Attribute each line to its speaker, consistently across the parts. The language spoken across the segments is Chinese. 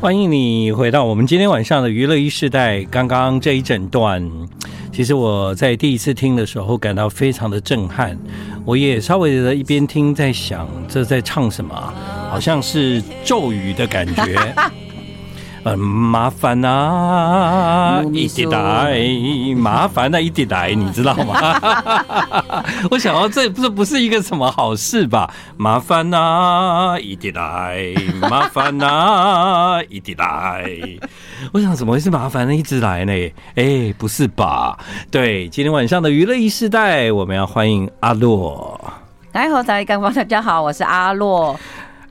Speaker 1: 欢迎你回到我们今天晚上的娱乐一世代。刚刚这一整段，其实我在第一次听的时候感到非常的震撼，我也稍微的一边听在想这在唱什么啊，好像是咒语的感觉。嗯，麻烦啊，一滴来，麻烦啊，一滴来，你知道吗？ 我想到这这不是一个什么好事吧？麻烦啊，一滴 来，麻烦啊，一滴来。我想怎么会是麻烦呢？一直来呢？哎，不是吧？对，今天晚上的娱乐一时代，我们要欢迎阿洛。
Speaker 2: 来，好，大家好，大家好，我是阿洛。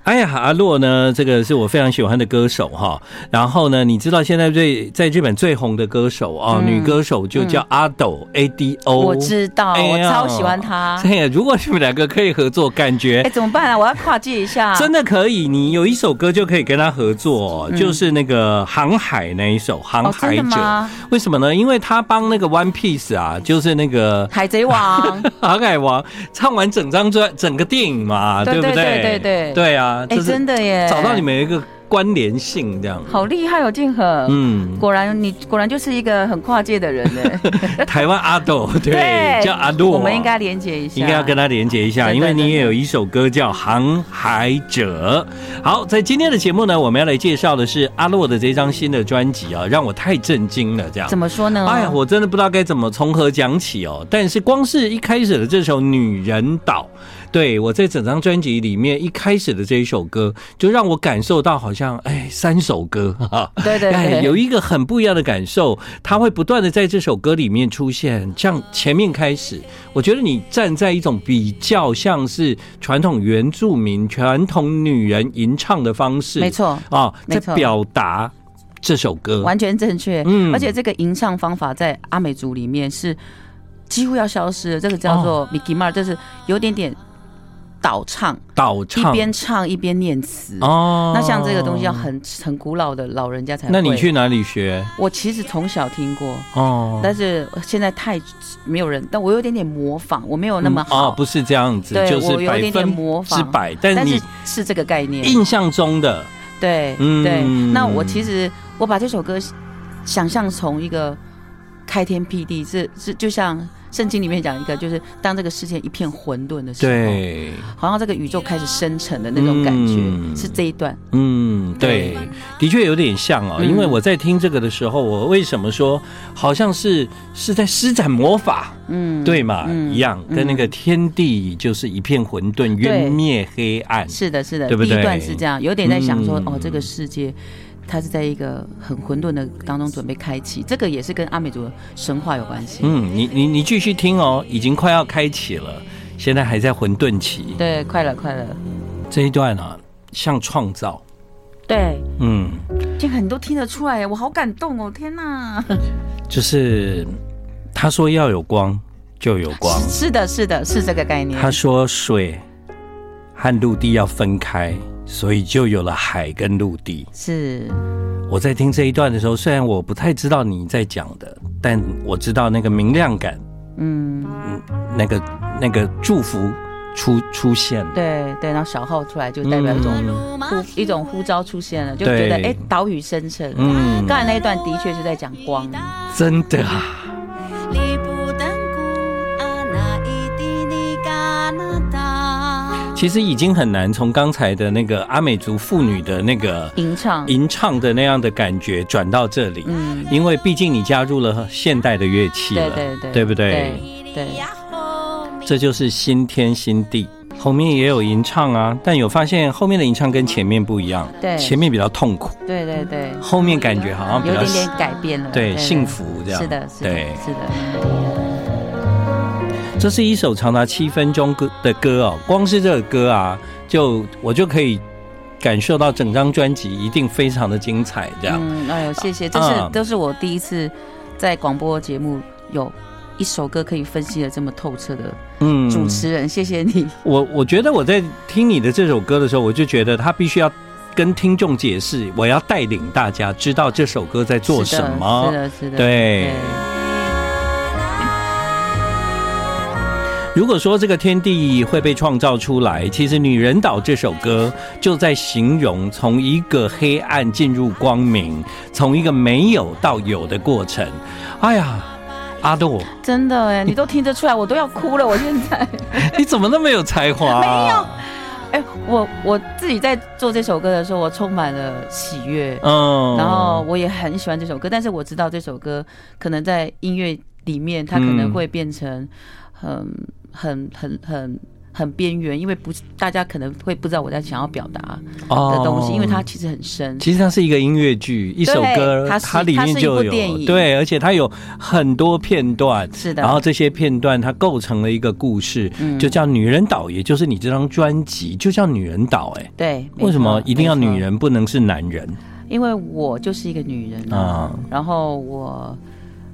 Speaker 1: 哎呀，阿洛呢？这个是我非常喜欢的歌手哈。然后呢，你知道现在最在日本最红的歌手啊、哦，
Speaker 2: 嗯
Speaker 1: 女歌手就叫阿斗 A D O。
Speaker 2: 我知道，
Speaker 1: 哎
Speaker 2: 我
Speaker 1: 呀
Speaker 2: 超喜欢他。
Speaker 1: 哎呀，如果你们两个可以合作，感觉
Speaker 2: 哎，怎么办啊？我要跨界一下。
Speaker 1: 真的可以。你有一首歌就可以跟他合作哦，就是那个《航海》那一首《航
Speaker 2: 哦，真
Speaker 1: 海
Speaker 2: 的
Speaker 1: 者》
Speaker 2: 吗？
Speaker 1: 为什么呢？因为他帮那个 One Piece 啊，就是那个
Speaker 2: 海 贼王。
Speaker 1: 《航海王》唱完整张专整个电影嘛，
Speaker 2: 对
Speaker 1: 不对？
Speaker 2: 对对对对
Speaker 1: 对啊，
Speaker 2: 哎，真的耶！
Speaker 1: 找到你，们有一个关联性这样。
Speaker 2: 好厉害哦，静和。
Speaker 1: 嗯，
Speaker 2: 果然你果然就是一个很跨界的人呢。
Speaker 1: 台湾阿斗， 对，叫阿洛，啊
Speaker 2: 我们应该连接一下，
Speaker 1: 应该要跟他连接一下，
Speaker 2: 对对
Speaker 1: 因为你
Speaker 2: 对
Speaker 1: 也有一首歌叫《航海者》。好，在今天的节目呢，我们要来介绍的是阿洛的这张新的专辑啊，让我太震惊了，这样
Speaker 2: 怎。么说呢？
Speaker 1: 哎呀，我真的不知道该怎么从何讲起哦。但是光是一开始的这首《女人岛》，对我在整张专辑里面一开始的这一首歌，就让我感受到好像哎三首歌哈哈，
Speaker 2: 对 对
Speaker 1: 哎，
Speaker 2: 对，
Speaker 1: 有一个很不一样的感受，它会不断的在这首歌里面出现。像前面开始，我觉得你站在一种比较像是传统原住民、传统女人吟唱的方式，
Speaker 2: 没错，
Speaker 1: 啊，在
Speaker 2: 没错
Speaker 1: 表达这首歌。
Speaker 2: 完全正确。
Speaker 1: 嗯
Speaker 2: 而且这个吟唱方法在阿美族里面是几乎要消失的，这个叫
Speaker 1: 哦
Speaker 2: 做 Mickey Mar，就是有点点倒唱，
Speaker 1: 倒
Speaker 2: 一
Speaker 1: 唱
Speaker 2: 边唱一边念词。
Speaker 1: 哦
Speaker 2: 那像这个东西要很很古老的老人家才会。
Speaker 1: 那你去？哪里学？
Speaker 2: 我其实从小听过，
Speaker 1: 哦，
Speaker 2: 但是现在太没有人，但我有点点模仿，我没有那么
Speaker 1: 嗯
Speaker 2: 好，
Speaker 1: 哦，不是这样子，
Speaker 2: 对
Speaker 1: 就
Speaker 2: 我
Speaker 1: 是
Speaker 2: 有
Speaker 1: 百
Speaker 2: 一点点
Speaker 1: 分
Speaker 2: 模
Speaker 1: 之
Speaker 2: 仿
Speaker 1: 百，但是
Speaker 2: 但
Speaker 1: 你
Speaker 2: 是是这个概念。
Speaker 1: 印象中的
Speaker 2: 对，
Speaker 1: 嗯
Speaker 2: 对。那我其实我把这首歌想象从一个开天辟地，是是就像圣经里面讲一个，就是当这个世界一片混沌的时候，，
Speaker 1: 对，
Speaker 2: 好像这个宇宙开始生成的那种感觉，
Speaker 1: 嗯
Speaker 2: 是这一段。
Speaker 1: 嗯，对
Speaker 2: 对，
Speaker 1: 的确有点像哦。
Speaker 2: 嗯
Speaker 1: 因为我在听这个的时候，我为什么说好像是是在施展魔法，
Speaker 2: 嗯，
Speaker 1: 对嘛？
Speaker 2: 嗯
Speaker 1: 一样，跟那个天地就是一片混沌，渊灭黑暗。
Speaker 2: 是的，是的，
Speaker 1: 对不对
Speaker 2: 第一段是这样，有点在想说，
Speaker 1: 嗯
Speaker 2: 哦，这个世界。它是在一个很混沌的当中准备开启，这个也是跟阿美族的神话有关系。
Speaker 1: 嗯，你你你继续听哦，已经快要开启了，现在还在混沌期
Speaker 2: 对，快了，快了。
Speaker 1: 这一段啊，像创造，
Speaker 2: 对，
Speaker 1: 嗯，
Speaker 2: 这个你都听得出来，我好感动哦！天哪，
Speaker 1: 就是他说要有光就有光，
Speaker 2: 是的，是的，是这个概念。
Speaker 1: 他说水和陆地要分开，所以就有了海跟陆地。
Speaker 2: 是，
Speaker 1: 我在听这一段的时候，虽然我不太知道你在讲的，但我知道那个明亮感，
Speaker 2: 嗯，
Speaker 1: 那个那个祝福出出现了，
Speaker 2: 对对，然后小号出来就代表一种
Speaker 1: 嗯
Speaker 2: 呼、一种呼召出现了，就
Speaker 1: 对
Speaker 2: 觉得哎，岛屿生成。
Speaker 1: 嗯
Speaker 2: 刚才那一段的确是在讲光，
Speaker 1: 真的啊，
Speaker 3: Liputan ko ang naitinig Canada.
Speaker 1: 其实已经很难从刚才的那个阿美族妇女的那个
Speaker 2: 吟唱，
Speaker 1: 吟唱的那样的感觉转到这里，
Speaker 2: 嗯，
Speaker 1: 因为毕竟你加入了现代的乐器
Speaker 2: 对
Speaker 1: 了，
Speaker 2: 对对，
Speaker 1: 不对？
Speaker 2: 对，
Speaker 1: 这就是新天新地。后面也有吟唱啊，但有发现后面的吟唱跟前面不一样，
Speaker 2: 对
Speaker 1: 前面比较痛苦，
Speaker 2: 对对对，
Speaker 1: 后面感觉好像比
Speaker 2: 有
Speaker 1: 较
Speaker 2: 点点改变了，
Speaker 1: 对幸福这样
Speaker 2: 是的，是的
Speaker 1: 对，
Speaker 2: 是的，
Speaker 1: 这是一首长达七分钟歌的歌哦，光是这个歌啊，就我就可以感受到整张专辑一定非常的精彩。这样，
Speaker 2: 嗯，哎呦，谢谢，这是
Speaker 1: 嗯
Speaker 2: 都是我第一次在广播节目有一首歌可以分析的这么透彻的
Speaker 1: 嗯
Speaker 2: 主持人，谢谢你，
Speaker 1: 我我觉得我在听你的这首歌的时候，我就觉得他必须要跟听众解释，我要带领大家知道这首歌在 做
Speaker 2: 是
Speaker 1: 什
Speaker 2: 的
Speaker 1: 么
Speaker 2: 是。的，是
Speaker 1: 对
Speaker 2: 的，对
Speaker 1: 如果说这个天地会被创造出来，其实《女人岛》这首歌就在形容从一个黑暗进入光明，从一个没有到有的过程。哎呀，阿 豆，
Speaker 2: 真的哎，你都听得出来，我都要哭了。我现在
Speaker 1: 你怎么那么有才华？啊没有，
Speaker 2: 哎，我我自己在做这首歌的时候，我充满了喜悦，
Speaker 1: 嗯
Speaker 2: 然后我也很喜欢这首歌，但是我知道这首歌可能在音乐里面，它可能
Speaker 1: 嗯
Speaker 2: 会变成很很很很很边缘，因为不是大家可能会不知道我在想要表达的东西，因为它其实很深。
Speaker 1: 哦其实它是一个音乐剧，一首歌，
Speaker 2: 它是
Speaker 1: 里面就
Speaker 2: 它是一部电
Speaker 1: 有
Speaker 2: 影
Speaker 1: 对，而且它有很多片段，
Speaker 2: 是的
Speaker 1: 然后这些片段它构成了一个故事，
Speaker 2: 嗯
Speaker 1: 就叫《女人岛》，也就是你这张专辑就叫《女人岛》哎。
Speaker 2: 对，没
Speaker 1: 为什么
Speaker 2: 错
Speaker 1: 一定要
Speaker 2: 没错
Speaker 1: 女人，不能是男人
Speaker 2: 因为我就是一个女人啊，
Speaker 1: 啊？
Speaker 2: 然后我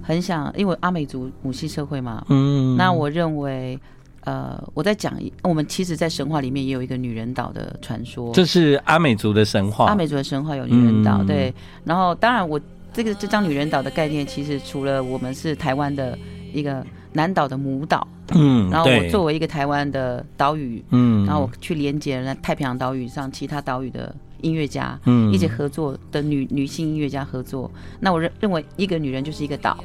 Speaker 2: 很想，因为阿美族母系社会嘛，
Speaker 1: 嗯，
Speaker 2: 那我认为，呃，我在讲，我们其实，在神话里面也有一个女人岛的传说，
Speaker 1: 这是阿美族的神话，
Speaker 2: 阿美族的神话有女人
Speaker 1: 哦
Speaker 2: 岛，
Speaker 1: 嗯
Speaker 2: 对。然后，当然我这个这张女人岛的概念，其实除了我们是台湾的一个南岛的母岛，
Speaker 1: 嗯，
Speaker 2: 然后我
Speaker 1: 对，
Speaker 2: 作为一个台湾的岛屿，
Speaker 1: 嗯，
Speaker 2: 然后我去连接了太平洋岛屿上其他岛屿的音乐家，
Speaker 1: 嗯
Speaker 2: 一起合作的女女性音乐家合作。那我认认为一个女人就是一个岛，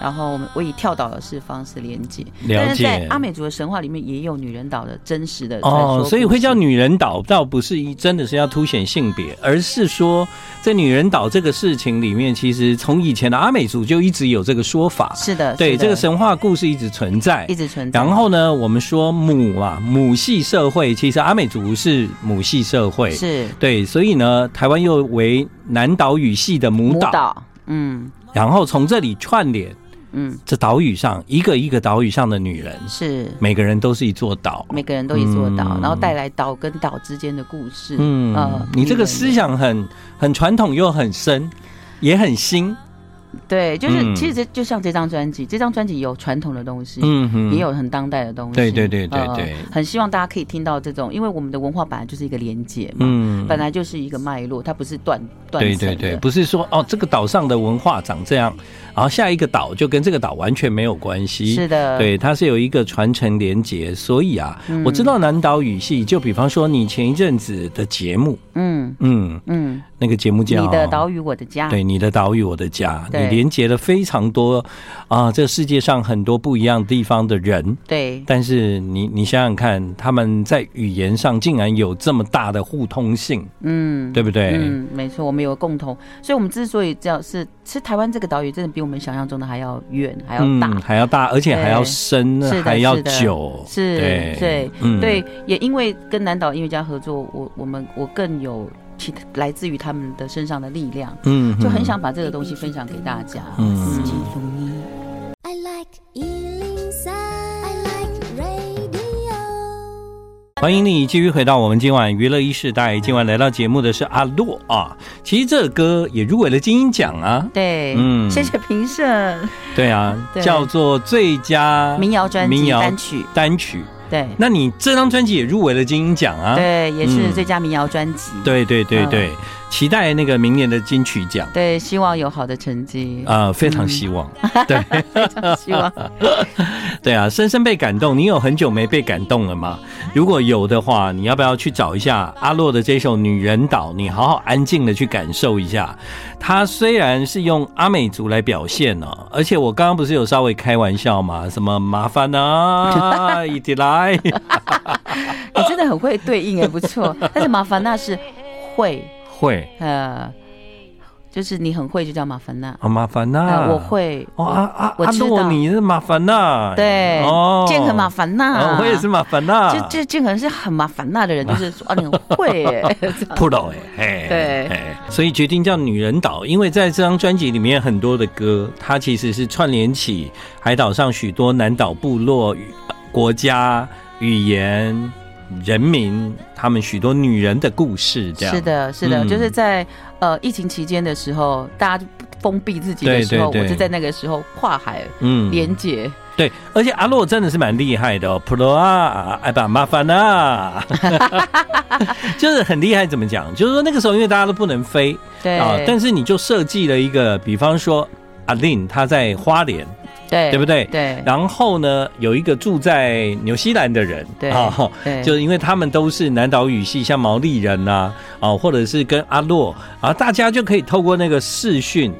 Speaker 2: 然后我们我以跳岛的式方式连接。但
Speaker 1: 了
Speaker 2: 是在
Speaker 1: 解
Speaker 2: 阿美族的神话里面也有女人岛的真实的传说
Speaker 1: 哦
Speaker 2: 故，事
Speaker 1: 所以会叫女人岛，倒不是一真的是要凸显性别，而是说在女人岛这个事情里面，其实从以前的阿美族就一直有这个说法，
Speaker 2: 是的，
Speaker 1: 对
Speaker 2: 是的
Speaker 1: 这个神话故事一直存在
Speaker 2: 一。直存在。
Speaker 1: 然后呢，我们说母啊，母系社会，其实阿美族是母系社会，
Speaker 2: 是
Speaker 1: 对，所以呢，台湾又为南岛语系的母
Speaker 2: 母
Speaker 1: 岛，
Speaker 2: 岛，嗯
Speaker 1: 然后从这里串联
Speaker 2: 嗯
Speaker 1: 这岛屿上一个一个岛屿上的女人，
Speaker 2: 是。
Speaker 1: 每个人都是一座岛。
Speaker 2: 每个人都一座岛，
Speaker 1: 嗯
Speaker 2: 然后带来岛跟岛之间的故事。呃
Speaker 1: 嗯，
Speaker 2: 啊
Speaker 1: 你这个思想很很传统又很深，也很新。
Speaker 2: 对，就是、
Speaker 1: 嗯
Speaker 2: 其实这就像这张专辑，这张专辑有传统的东西，
Speaker 1: 嗯哼
Speaker 2: 也有很当代的东西。
Speaker 1: 对对对对
Speaker 2: 呃
Speaker 1: 对
Speaker 2: 很希望大家可以听到这种，因为我们的文化本来就是一个连接嘛，
Speaker 1: 嗯
Speaker 2: 本来就是一个脉络，它不是断断
Speaker 1: 对
Speaker 2: 层
Speaker 1: 对
Speaker 2: 的
Speaker 1: 对，不是说哦，这个岛上的文化长这样，然后下一个岛就跟这个岛完全没有关系。
Speaker 2: 是的，
Speaker 1: 对，它是有一个传承连结，所以啊，
Speaker 2: 嗯
Speaker 1: 我知道南岛语系，就比方说你前一阵子的节目，
Speaker 2: 嗯
Speaker 1: 嗯，
Speaker 2: 嗯，
Speaker 1: 那个节目
Speaker 2: 你
Speaker 1: 叫
Speaker 2: 的岛屿，我的家，
Speaker 1: 哦对，你的岛屿，我的家，你
Speaker 2: 对
Speaker 1: 连接了非常多啊，这世界上很多不一样地方的人，
Speaker 2: 对
Speaker 1: 但是你你想想看，他们在语言上竟然有这么大的互通性，
Speaker 2: 嗯。
Speaker 1: 对不对？
Speaker 2: 嗯，没错，我们有共同，所以我们之所以这样是，其实台湾这个岛屿真的比我们想象中的还要远，还要大，
Speaker 1: 还要大，而且还要深
Speaker 2: 对是，的
Speaker 1: 嗯还要
Speaker 2: 是的
Speaker 1: 久，
Speaker 2: 是，
Speaker 1: 对
Speaker 2: 对，
Speaker 1: 嗯
Speaker 2: 对，也因为跟南岛音乐家合作，我我们我更有其他来自于他们的身上的力量，
Speaker 1: 嗯
Speaker 2: 就很想把这个东西分享给大家。
Speaker 1: 嗯
Speaker 2: 嗯
Speaker 4: I like Ealing Sound. I like radio.
Speaker 1: 欢迎你继续回到我们今晚娱乐一世代，今晚来到节目的是阿洛啊，其实这个歌也入围了金鹰奖啊，
Speaker 2: 对，
Speaker 1: 嗯
Speaker 2: 谢谢评审。
Speaker 1: 对啊，
Speaker 2: 对
Speaker 1: 叫做最佳
Speaker 2: 民谣专
Speaker 1: 民
Speaker 2: 辑
Speaker 1: 谣
Speaker 2: 单曲，
Speaker 1: 单曲。
Speaker 2: 对、
Speaker 1: 那你这张专辑也入围了金鹰奖啊？
Speaker 2: 对，嗯也是
Speaker 1: 嗯
Speaker 2: 最佳民谣专辑。
Speaker 1: 对对对对，期待那个明年的金曲奖。
Speaker 2: 对，希望有好的成 绩。
Speaker 1: 啊，非常希望，
Speaker 2: 嗯
Speaker 1: 对
Speaker 2: 希望
Speaker 1: 对啊，深深被感动。你有很久没被感动了吗？如果有的话，你要不要去找一下阿洛的这首《女人岛》？你好好安静的去感受一下。它虽然是用阿美族来表现呢、啊而且我刚刚不是有稍微开玩笑嘛，什么麻烦 啊，一起来，
Speaker 2: 你真的很会对应，也哎不错。 但是马凡娜是会，
Speaker 1: 会
Speaker 2: 呃，就是你很会，就叫马凡娜。
Speaker 1: 啊，麻烦呐、
Speaker 2: 呃我会，
Speaker 1: 哦，阿阿
Speaker 2: 我
Speaker 1: 阿
Speaker 2: 知
Speaker 1: 洛，
Speaker 2: 道
Speaker 1: 你是麻烦呐、
Speaker 2: 对，建很麻烦
Speaker 1: 啊、
Speaker 2: 呐。
Speaker 1: 我也是。麻烦呐、
Speaker 2: 就就建恒是很麻烦呐 的人，就是说啊，你很会耶，这样
Speaker 1: Pro 哎，
Speaker 2: 呃对
Speaker 1: 哎，所以决定叫女人岛，因为在这张专辑里面很多的歌，它其实是串联起海岛上许多南岛部落、与呃国家、语言、人民，他们许多女人的故事，这样
Speaker 2: 是，的，是的，
Speaker 1: 嗯
Speaker 2: 就是在呃疫情期间的时候，大家就封闭自己的时候，
Speaker 1: 对对对
Speaker 2: 我就在那个时候跨海
Speaker 1: 嗯
Speaker 2: 连接，
Speaker 1: 对，而且阿洛真的是蛮厉害的哦，Pro 啊，哎吧，麻烦 啊， 就是很厉害，怎么讲？就是说那个时候因为大家都不能飞啊
Speaker 2: 对，
Speaker 1: 啊，但是你就设计了一个，比方说阿令她在花莲。
Speaker 2: 对
Speaker 1: 对不对
Speaker 2: 对
Speaker 1: 然后呢，有一个住在纽西兰的人，啊
Speaker 2: 对对
Speaker 1: 就是因为他们都是南岛语系，像毛利人呐、啊，或者是跟阿洛啊，大家就可以透过那个视讯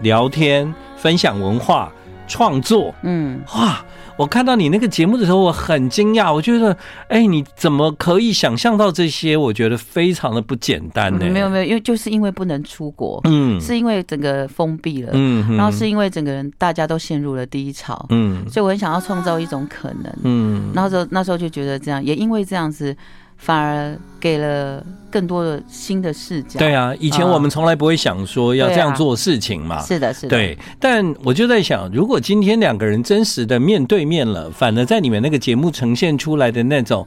Speaker 1: 聊天、分享文化、创作。
Speaker 2: 嗯，
Speaker 1: 哇，我看到你那个节目的时候，我很惊讶，我觉得，哎，你怎么可以想象到这些？我觉得非常的不简单呢、
Speaker 2: 没有，没有，因为就是因为不能出国，
Speaker 1: 嗯
Speaker 2: 是因为整个封闭了，
Speaker 1: 嗯
Speaker 2: 然后是因为整个人大家都陷入了低潮，
Speaker 1: 嗯
Speaker 2: 所以我很想要创造一种可能。
Speaker 1: 嗯
Speaker 2: 然后就那时候就觉得这样，也因为这样子，反而给了更多的新的视角。
Speaker 1: 对啊，以前
Speaker 2: 嗯
Speaker 1: 我们从来不会想说要
Speaker 2: 对啊
Speaker 1: 这样做事情嘛。
Speaker 2: 是的，是的，
Speaker 1: 啊对，但我就在想，如果今天两个人真实的面对面了，反而在你们那个节目呈现出来的那种、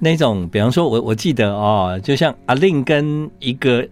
Speaker 1: 那种，比方说我我记得哦，就像阿令跟一个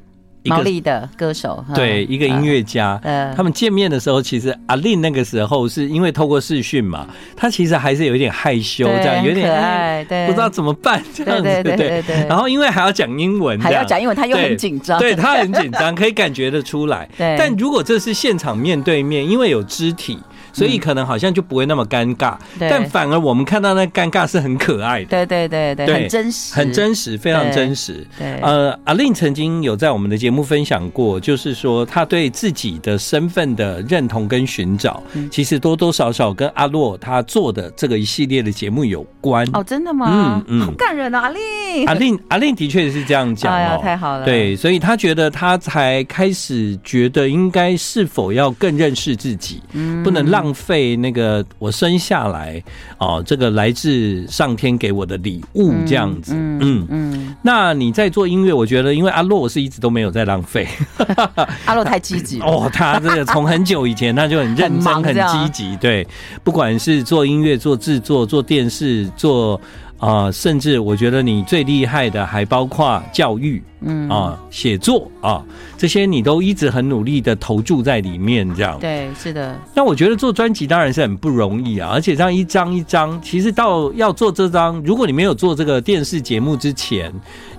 Speaker 1: 一
Speaker 2: 毛
Speaker 1: 个
Speaker 2: 利的歌手，嗯
Speaker 1: 对一个音，乐家，
Speaker 2: 呃，呃
Speaker 1: 他们见面的时候，其实阿令那个时候是因为透过视讯嘛，他其实还是有一点害羞，
Speaker 2: 对
Speaker 1: 这样有点
Speaker 2: 很可
Speaker 1: 哎
Speaker 2: 爱，对，
Speaker 1: 不知道怎么办这样
Speaker 2: 对
Speaker 1: 子，
Speaker 2: 对对对对，
Speaker 1: 然后因为还要讲英文，
Speaker 2: 还
Speaker 1: 这
Speaker 2: 要
Speaker 1: 样
Speaker 2: 讲，因为他又
Speaker 1: 对
Speaker 2: 很紧张，
Speaker 1: 对他很紧张，可以感觉得出来。
Speaker 2: 对
Speaker 1: 但如果这是现场面对面，因为有肢体，所以可能好像就不会那么尴尬。
Speaker 2: 嗯对
Speaker 1: 但反而我们看到那尴尬是很可爱的，
Speaker 2: 对对对对，
Speaker 1: 对
Speaker 2: 很真实，
Speaker 1: 很，真实，非常
Speaker 2: 对
Speaker 1: 真实。
Speaker 2: 对，
Speaker 1: 呃，阿令曾经有在我们的节目分享过，就是说他对自己的身份的认同跟寻找，
Speaker 2: 嗯
Speaker 1: 其实多多少少跟阿洛他做的这个一系列的节目有关。
Speaker 2: 哦，真的吗？
Speaker 1: 嗯嗯
Speaker 2: 好感人啊，阿丽，
Speaker 1: 阿令阿令的确是这样讲
Speaker 2: 哎呀
Speaker 1: 哦，
Speaker 2: 太好了，
Speaker 1: 对，所以他觉得他才开始觉得应该是否要更认识自己，
Speaker 2: 嗯，
Speaker 1: 不能浪费那个我生下来哦，这个来自上天给我的礼物
Speaker 2: 嗯
Speaker 1: 这样子。嗯
Speaker 2: 嗯嗯，
Speaker 1: 那你在做音乐，我觉得因为阿洛是一直都没有在浪费
Speaker 2: 阿洛太积极了，
Speaker 1: 哦，他这个从很久以前他就很认真、
Speaker 2: 很忙
Speaker 1: 很
Speaker 2: 这样
Speaker 1: 积极，对，不管是做音乐、做制作、做电视、做啊、呃甚至我觉得你最厉害的还包括教育。
Speaker 2: 嗯，
Speaker 1: 啊，写作啊，这些你都一直很努力的投注在里面，这样。
Speaker 2: 对，是的，
Speaker 1: 那我觉得做专辑当然是很不容易啊，而且这样一张一张，其实到要做这张，如果你没有做这个电视节目之前，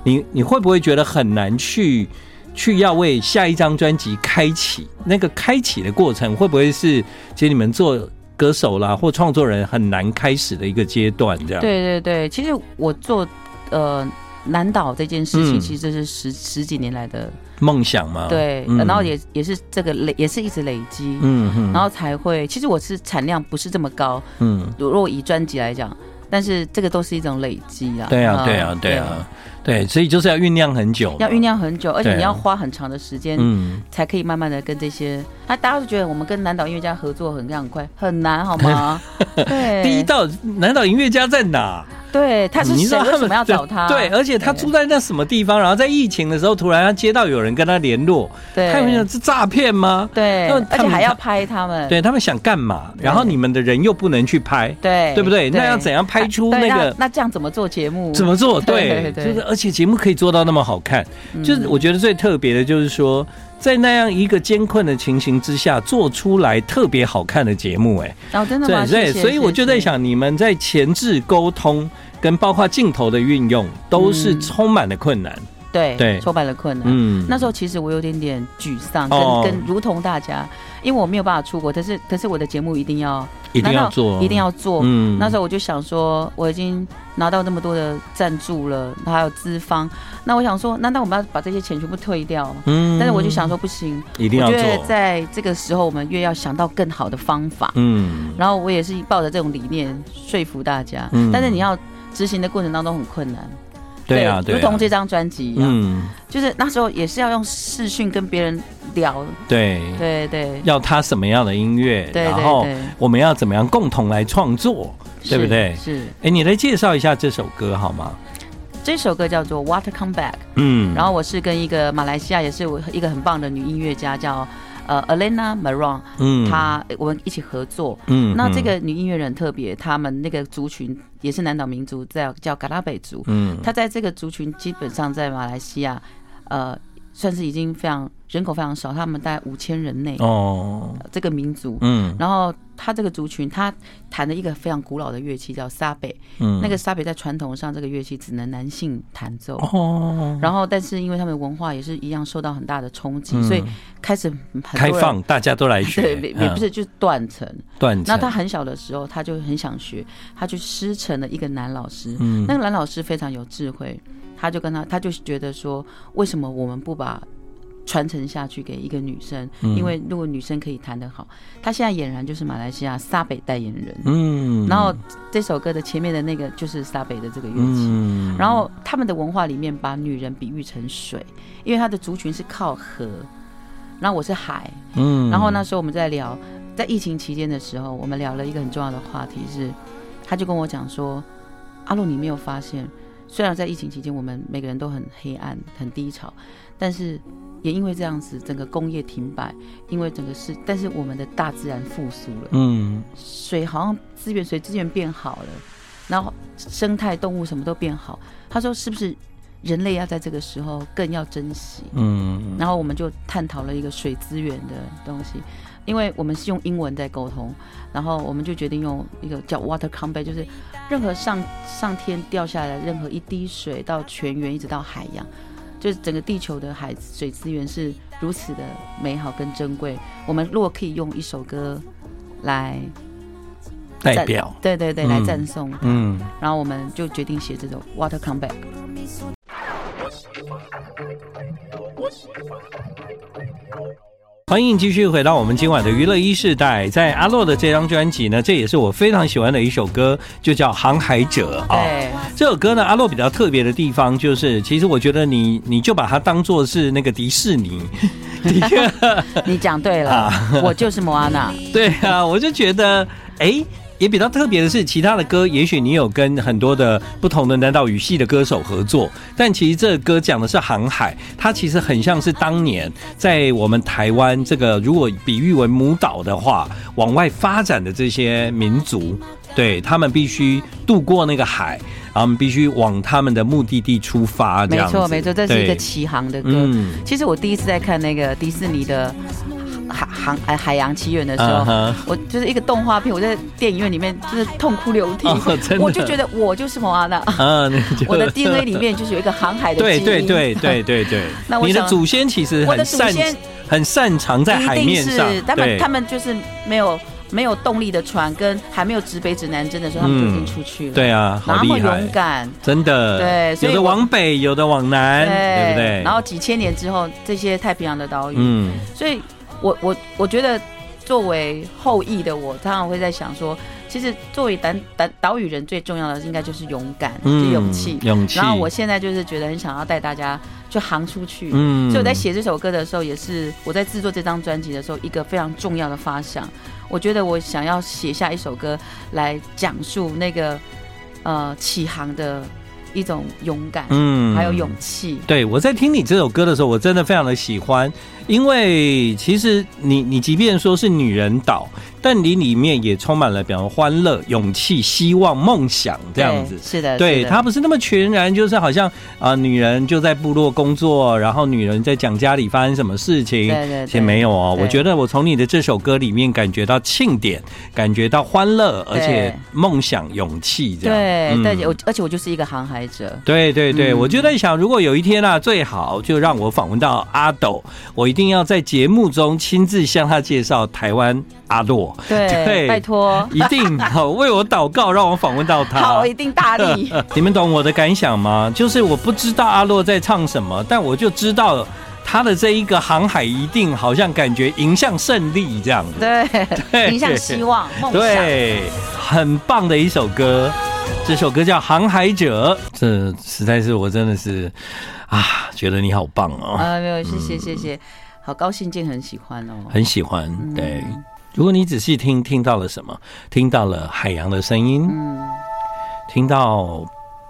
Speaker 1: 你你会不会觉得很难去去要为下一张专辑开启？那个开启的过程会不会是其实你们做歌手啦或创作人很难开始的一个阶段？这样。
Speaker 2: 对对对，其实我做呃南岛这件事情，
Speaker 1: 嗯
Speaker 2: 其实这是十十几年来的，
Speaker 1: 梦想嘛。。
Speaker 2: 对，
Speaker 1: 嗯
Speaker 2: 然后也也是这个累，也是一直累积，
Speaker 1: 嗯哼
Speaker 2: 然后才会，其实我是产量不是这么高，
Speaker 1: 嗯。
Speaker 2: 如果以专辑来讲，但是这个都是一种累积啦。
Speaker 1: 对啊，
Speaker 2: 嗯
Speaker 1: 对啊，对啊，对，所以就是要酝酿很久，
Speaker 2: 要酝，酿很久，而
Speaker 1: 对
Speaker 2: 且
Speaker 1: 啊
Speaker 2: 你要花很长的时间，
Speaker 1: 嗯，
Speaker 2: 才可以慢慢的跟这些。那大家都觉得我们跟南岛音乐家合作很很快，很难好 吗？对，
Speaker 1: 第一道南岛音乐家在哪？
Speaker 2: 对，他是
Speaker 1: 你知
Speaker 2: 谁？
Speaker 1: 道
Speaker 2: 为什么要找他？
Speaker 1: 对，而且他
Speaker 2: 对
Speaker 1: 住在那什么地方？然后在疫情的时候，突然他接到有人跟他联络，
Speaker 2: 对，
Speaker 1: 他们想是诈骗吗？
Speaker 2: 对，
Speaker 1: 那他
Speaker 2: 而且
Speaker 1: 们
Speaker 2: 还要拍他们，
Speaker 1: 对他们想干嘛？
Speaker 2: 对
Speaker 1: 然后你们的人又不能去拍，
Speaker 2: 对
Speaker 1: 对不对？那要怎样拍出
Speaker 2: 对
Speaker 1: 那个？
Speaker 2: 那这样怎么做节目？
Speaker 1: 怎么做？对
Speaker 2: 对，
Speaker 1: 就
Speaker 2: 对
Speaker 1: 是而且节目可以做到那么好看，
Speaker 2: 嗯
Speaker 1: 就是我觉得最特别的就是说，在那样一个艰困的情形之下，做出来特别好看的节目，哎。
Speaker 2: 哦，真的
Speaker 1: 对，
Speaker 2: 吗？
Speaker 1: 所以
Speaker 2: 谢谢
Speaker 1: 所以我就在，想，你们在前置沟通跟包括镜头的运用，都是
Speaker 2: 嗯
Speaker 1: 充满了困难。
Speaker 2: 谢谢对
Speaker 1: 对
Speaker 2: 挫败了困难。
Speaker 1: 嗯，
Speaker 2: 那时候其实我有点点沮丧，
Speaker 1: 哦
Speaker 2: 跟跟如同大家，因为我没有办法出国，但是可是我的节目一定要
Speaker 1: 一定
Speaker 2: 难
Speaker 1: 要
Speaker 2: 道
Speaker 1: 做，哦
Speaker 2: 一定。要做。
Speaker 1: 嗯
Speaker 2: 那时候我就想说，我已经拿到那么多的赞助了，还有资方，那我想说，难道我们要把这些钱全部退掉？
Speaker 1: 嗯
Speaker 2: 但是我就想，说，不行，
Speaker 1: 一定
Speaker 2: 我
Speaker 1: 要
Speaker 2: 觉得
Speaker 1: 做。
Speaker 2: 在这个时候，我们越要想到更好的方法。
Speaker 1: 嗯，
Speaker 2: 然后我也是抱着这种理念说服大家，
Speaker 1: 嗯
Speaker 2: 但是你要执行的过程当中很困难。
Speaker 1: 对啊，对
Speaker 2: 如
Speaker 1: 啊
Speaker 2: 同，这张专辑一样，
Speaker 1: 嗯，
Speaker 2: 就是那时候也是要用视讯跟别人聊，
Speaker 1: 对，
Speaker 2: 对对
Speaker 1: 要他什么样的音乐，
Speaker 2: 对
Speaker 1: 然
Speaker 2: 对
Speaker 1: 后
Speaker 2: 对，
Speaker 1: 我们要怎么样共同来创作，对不
Speaker 2: 是
Speaker 1: 对？
Speaker 2: 是
Speaker 1: 哎，你来介绍一下这首歌好吗？
Speaker 2: 这首歌叫做《Water Come Back》，
Speaker 1: 嗯，
Speaker 2: 然后我是跟一个马来西亚也是我一个很棒的女音乐家叫呃 Elena Maron，
Speaker 1: 嗯
Speaker 2: 她我们一起合作。
Speaker 1: 嗯
Speaker 2: 那这，个女音乐人很特别，她们那个族群也是南岛民族，叫叫嘎拉北族。
Speaker 1: 嗯
Speaker 2: 他在这个族群基本上在马来西亚，呃，算是已经非常人口非常少，他们大概五千人内、
Speaker 1: 哦，
Speaker 2: 这个民族。
Speaker 1: 嗯
Speaker 2: 然后他这个族群，他弹的一个非常古老的乐器叫沙贝，
Speaker 1: 嗯，
Speaker 2: 那个沙贝在传统上这个乐器只能男性弹奏，
Speaker 1: 哦，
Speaker 2: 然后但是因为他们文化也是一样受到很大的冲击，
Speaker 1: 嗯
Speaker 2: 所以开始很多人
Speaker 1: 开。放，大家都来学，
Speaker 2: 对，也也不是就是断层。
Speaker 1: 嗯断
Speaker 2: 那
Speaker 1: 层，
Speaker 2: 他很小的时候，他就很想学，他就师承了一个男老师。
Speaker 1: 嗯
Speaker 2: 那个男老师非常有智慧，他就跟他，他就觉得说，为什么我们不把传承下去给一个女生？
Speaker 1: 嗯
Speaker 2: 因为如果女生可以弹得好，他现在俨然就是马来西亚沙北代言人。
Speaker 1: 嗯，
Speaker 2: 然后这首歌的前面的那个就是沙北的这个乐器。
Speaker 1: 嗯，
Speaker 2: 然后他们的文化里面把女人比喻成水，因为他的族群是靠河，然后我是海。
Speaker 1: 嗯，
Speaker 2: 然后那时候我们在聊，在疫情期间的时候，我们聊了一个很重要的话题是，他就跟我讲说，阿露，你没有发现，虽然在疫情期间我们每个人都很黑暗、很低潮，但是也因为这样子，整个工业停摆，因为整个是，但是我们的大自然复苏 了。
Speaker 1: 嗯，
Speaker 2: 水好像资源水资源变好了，然后生态动物什么都变好。他说是不是人类要在这个时候更要珍惜？
Speaker 1: 嗯
Speaker 2: 然后我们就探讨了一个水资源的东西，因为我们是用英文在沟通，然后我们就决定用一个叫 water combat，就是任何上上天掉下来任何一滴水到全员一直到海洋，就是整个地球的海水资源是如此的美好跟珍贵。我们如果可以用一首歌来
Speaker 1: 代表，
Speaker 2: 对对对，
Speaker 1: 嗯
Speaker 2: 来赞颂。
Speaker 1: 嗯
Speaker 2: 然后我们就决定写这首《Water Come Back》。
Speaker 1: 欢迎继续回到我们今晚的娱乐一世代，在阿洛的这张专辑呢，这也是我非常喜欢的一首歌，就叫《航海者》啊、
Speaker 2: 对，
Speaker 1: 这首歌呢，阿洛比较特别的地方就是，其实我觉得你你就把它当做是那个迪士尼，迪
Speaker 2: 你讲对了，
Speaker 1: 啊
Speaker 2: 我就是莫安 娜。
Speaker 1: 对啊，我就觉得，哎，也比较特别的是，其他的歌，也许你有跟很多的不同的南岛语系的歌手合作，但其实这个歌讲的是航海，它其实很像是当年在我们台湾这个，如果比喻为母岛的话，往外发展的这些民族，对他们必须渡过那个海，然后我们必须往他们的目的地出发，这
Speaker 2: 没
Speaker 1: 样子
Speaker 2: 错，没错，这是一个
Speaker 1: 对
Speaker 2: 启航的歌。
Speaker 1: 嗯
Speaker 2: 其实我第一次在看那个迪士尼的海航呃海洋奇缘的时候。
Speaker 1: 嗯哼
Speaker 2: 我就是一个动画片，我在电影院 里面就是痛哭流涕，
Speaker 1: 哦啊真的
Speaker 2: 我就觉得我就是蒙阿娜，
Speaker 1: 啊，那就
Speaker 2: 我的 DNA 里面就是有一个航海的基
Speaker 1: 对
Speaker 2: 因，，
Speaker 1: 对对对对对
Speaker 2: 那我
Speaker 1: 你的
Speaker 2: 想
Speaker 1: 祖先其实
Speaker 2: 我的
Speaker 1: 很
Speaker 2: 祖
Speaker 1: 擅
Speaker 2: 先
Speaker 1: 很擅长在海
Speaker 2: 一定
Speaker 1: 面上
Speaker 2: 是，他
Speaker 1: 对
Speaker 2: 们他们就是没有没有动力的船，跟还没有指北指南针的时候，他们就已经出去了，
Speaker 1: 对啊，
Speaker 2: 然
Speaker 1: 好
Speaker 2: 后
Speaker 1: 厉害
Speaker 2: 勇，敢，
Speaker 1: 真的
Speaker 2: 对所以
Speaker 1: 有的
Speaker 2: 我
Speaker 1: 往北，有的往南，对不对？
Speaker 2: 然后几千年之后，这些太平洋的岛屿，
Speaker 1: 嗯
Speaker 2: 所以我我我觉得，作为后裔的我，常常会在想说，其实作为岛岛岛屿人，最重要的应该就是勇敢，就是勇气。
Speaker 1: 嗯勇气，
Speaker 2: 然后我现在就是觉得很想要带大家去航出去。
Speaker 1: 嗯
Speaker 2: 所以我在写这首歌的时候，也是我在制作这张专辑的时候一个非常重要的发想。我觉得我想要写下一首歌来讲述那个呃起航的一种勇敢，
Speaker 1: 嗯
Speaker 2: 还有勇气。
Speaker 1: 对，我在听你这首歌的时候，我真的非常的喜欢，因为其实你你即便说是女人岛，但你里面也充满了，比方欢乐、勇气、希望、梦想这样子
Speaker 2: 对。是的，
Speaker 1: 对
Speaker 2: 是的
Speaker 1: 他不是那么全然，就是好像啊、女人就在部落工作，然后女人在讲家里发生什么事情。
Speaker 2: 对对对
Speaker 1: 其实没有哦，
Speaker 2: 对
Speaker 1: 我觉得我从你的这首歌里面感觉到庆典，感觉到欢乐，而
Speaker 2: 对
Speaker 1: 且梦想、勇气这样。
Speaker 2: 对，
Speaker 1: 嗯
Speaker 2: 但我而且我就是一个航海者，
Speaker 1: 对对对，
Speaker 2: 嗯
Speaker 1: 我就在想，如果有一天啊，最好就让我访问到阿斗，我一定要在节目中亲自向他介绍台湾阿洛，
Speaker 2: 对，
Speaker 1: 对
Speaker 2: 拜托，
Speaker 1: 一定好为我祷告，让我访问到他。
Speaker 2: 好，我一定 大力。
Speaker 1: 你们懂我的感想吗？就是我不知道阿洛在唱什么，但我就知道他的这一个航海一定好像感觉迎向胜利这样子。
Speaker 2: 对，
Speaker 1: 对
Speaker 2: 迎向希望、梦想。
Speaker 1: 对，很棒的一首歌。这首歌叫《航海者》，这实在是我真的是啊，觉得你好棒哦，
Speaker 2: 啊，没有，谢谢，谢
Speaker 1: 嗯
Speaker 2: 谢，好高兴见，很喜欢哦。
Speaker 1: 很喜欢。对，如果你仔细听，听到了什么？听到了海洋的声音，
Speaker 2: 嗯，
Speaker 1: 听到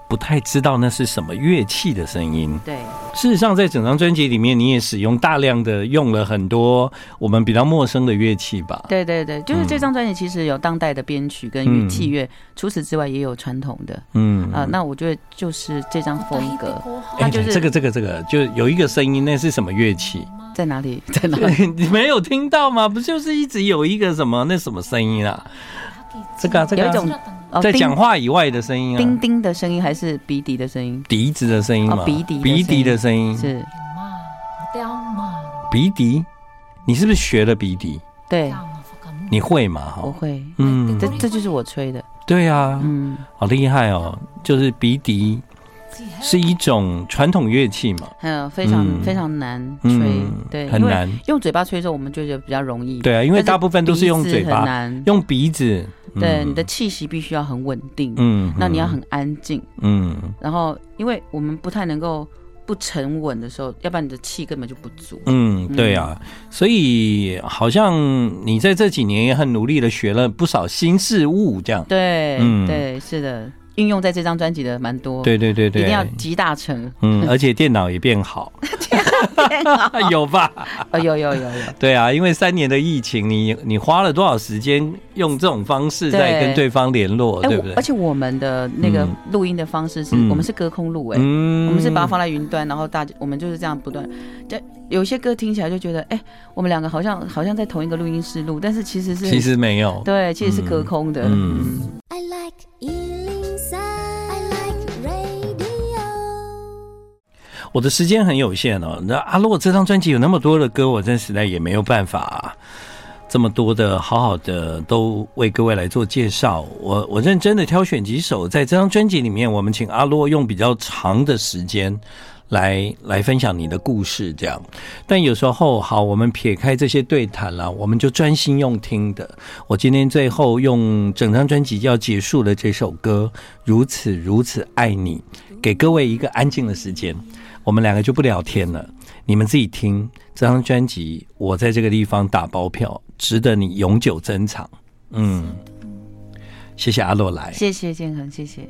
Speaker 1: 不太知道那是什么乐器的声音。
Speaker 2: 对，
Speaker 1: 事实上，在整张专辑里面，你也使用大量的用了很多我们比较陌生的乐器吧？
Speaker 2: 对对对，就是
Speaker 1: 嗯
Speaker 2: 这张专辑其实有当代的编曲跟乐器乐，除此之外也有传统的
Speaker 1: 嗯
Speaker 2: 啊、那我觉得就是这张风格
Speaker 1: 哎
Speaker 2: 它就是
Speaker 1: 这个这个这个，就有一个声音，那是什么乐 器？
Speaker 2: 在 哪里？在哪里？
Speaker 1: 你没有听到吗？不就是一直有一个什么那什么声音啊？这个、啊、这个
Speaker 2: 有
Speaker 1: 啊、
Speaker 2: 一种哦
Speaker 1: 在
Speaker 2: 叮
Speaker 1: 讲话以外的声音
Speaker 2: 叮
Speaker 1: 啊，
Speaker 2: 叮的声音还是鼻笛的声音？
Speaker 1: 笛子的声音嘛，
Speaker 2: 哦鼻笛的
Speaker 1: 鼻笛
Speaker 2: 声音
Speaker 1: 的声音，
Speaker 2: 是
Speaker 1: 鼻笛。你是不是学了鼻笛？
Speaker 2: 对，
Speaker 1: 你会吗？
Speaker 2: 我
Speaker 1: 哈，
Speaker 2: 会，
Speaker 1: 哦嗯，
Speaker 2: 这这就是我吹的，
Speaker 1: 对啊，
Speaker 2: 嗯，
Speaker 1: 好厉害哦！就是鼻笛是一种传统乐器嘛，
Speaker 2: 还有非常、
Speaker 1: 嗯
Speaker 2: 非常难吹，
Speaker 1: 嗯，
Speaker 2: 对，
Speaker 1: 很
Speaker 2: 因为
Speaker 1: 难，
Speaker 2: 用嘴巴吹的时候，我们就觉得比较容易。
Speaker 1: 对啊，因为
Speaker 2: 但是
Speaker 1: 大部分都是用
Speaker 2: 鼻子
Speaker 1: 嘴
Speaker 2: 很
Speaker 1: 巴，
Speaker 2: 难。
Speaker 1: 用鼻子，
Speaker 2: 对，
Speaker 1: 嗯
Speaker 2: 你的，气息必须要很稳定，
Speaker 1: 嗯
Speaker 2: 那你要，很安静。
Speaker 1: 嗯
Speaker 2: 然后，因为我们不太能够不沉稳的时候，要不然你的气根本就不足。
Speaker 1: 嗯，对啊，所以好像你在这几年也很努力的学了不少新事物，这样，
Speaker 2: 对，
Speaker 1: 嗯
Speaker 2: 对，是的，运用在这张专辑的蛮多，，
Speaker 1: 对对对
Speaker 2: 哦一定要
Speaker 1: 对，
Speaker 2: 集大成。
Speaker 1: 嗯， 而且电脑也变好， 有吧？
Speaker 2: 哦，有有有有，
Speaker 1: 对啊，因为三年的疫情，你你花了多少时间用这种方式在
Speaker 2: 对哎
Speaker 1: 跟对方联络，对
Speaker 2: 我
Speaker 1: 不
Speaker 2: 而
Speaker 1: 对？
Speaker 2: 且我们的那个
Speaker 1: 嗯
Speaker 2: 录音的方式是，
Speaker 1: 嗯
Speaker 2: 我们是隔空录，哎，
Speaker 1: 嗯
Speaker 2: 我们是把它放在云端，然后大家我们就是这样不断。就有一些歌听起来就觉得，哎、我们两个好像好像在同一个录音室录，但是其实是
Speaker 1: 其实没有，
Speaker 2: 对，其实是隔空的。
Speaker 1: 嗯
Speaker 2: 嗯，
Speaker 4: I like Ealing Sound. I like radio.
Speaker 1: 我的时间很有限哦。那阿洛这张专辑有那么多的歌，我真实在也没有办法、这么多的好好的都为各位来做介绍。我我认真的挑选几首，在这张专辑里面，我们请阿洛用比较长的时间。来来分享你的故事，这样。但有时候，好，我们撇开这些对谈啦，我们就专心用听的。我今天最后用整张专辑要结束的这首歌《如此如此爱你》，给各位一个安静的时间。我们两个就不聊天了，你们自己听这张专辑，我在这个地方打包票，值得你永久珍藏。嗯，谢谢阿洛来，
Speaker 2: 谢谢建恒，谢谢。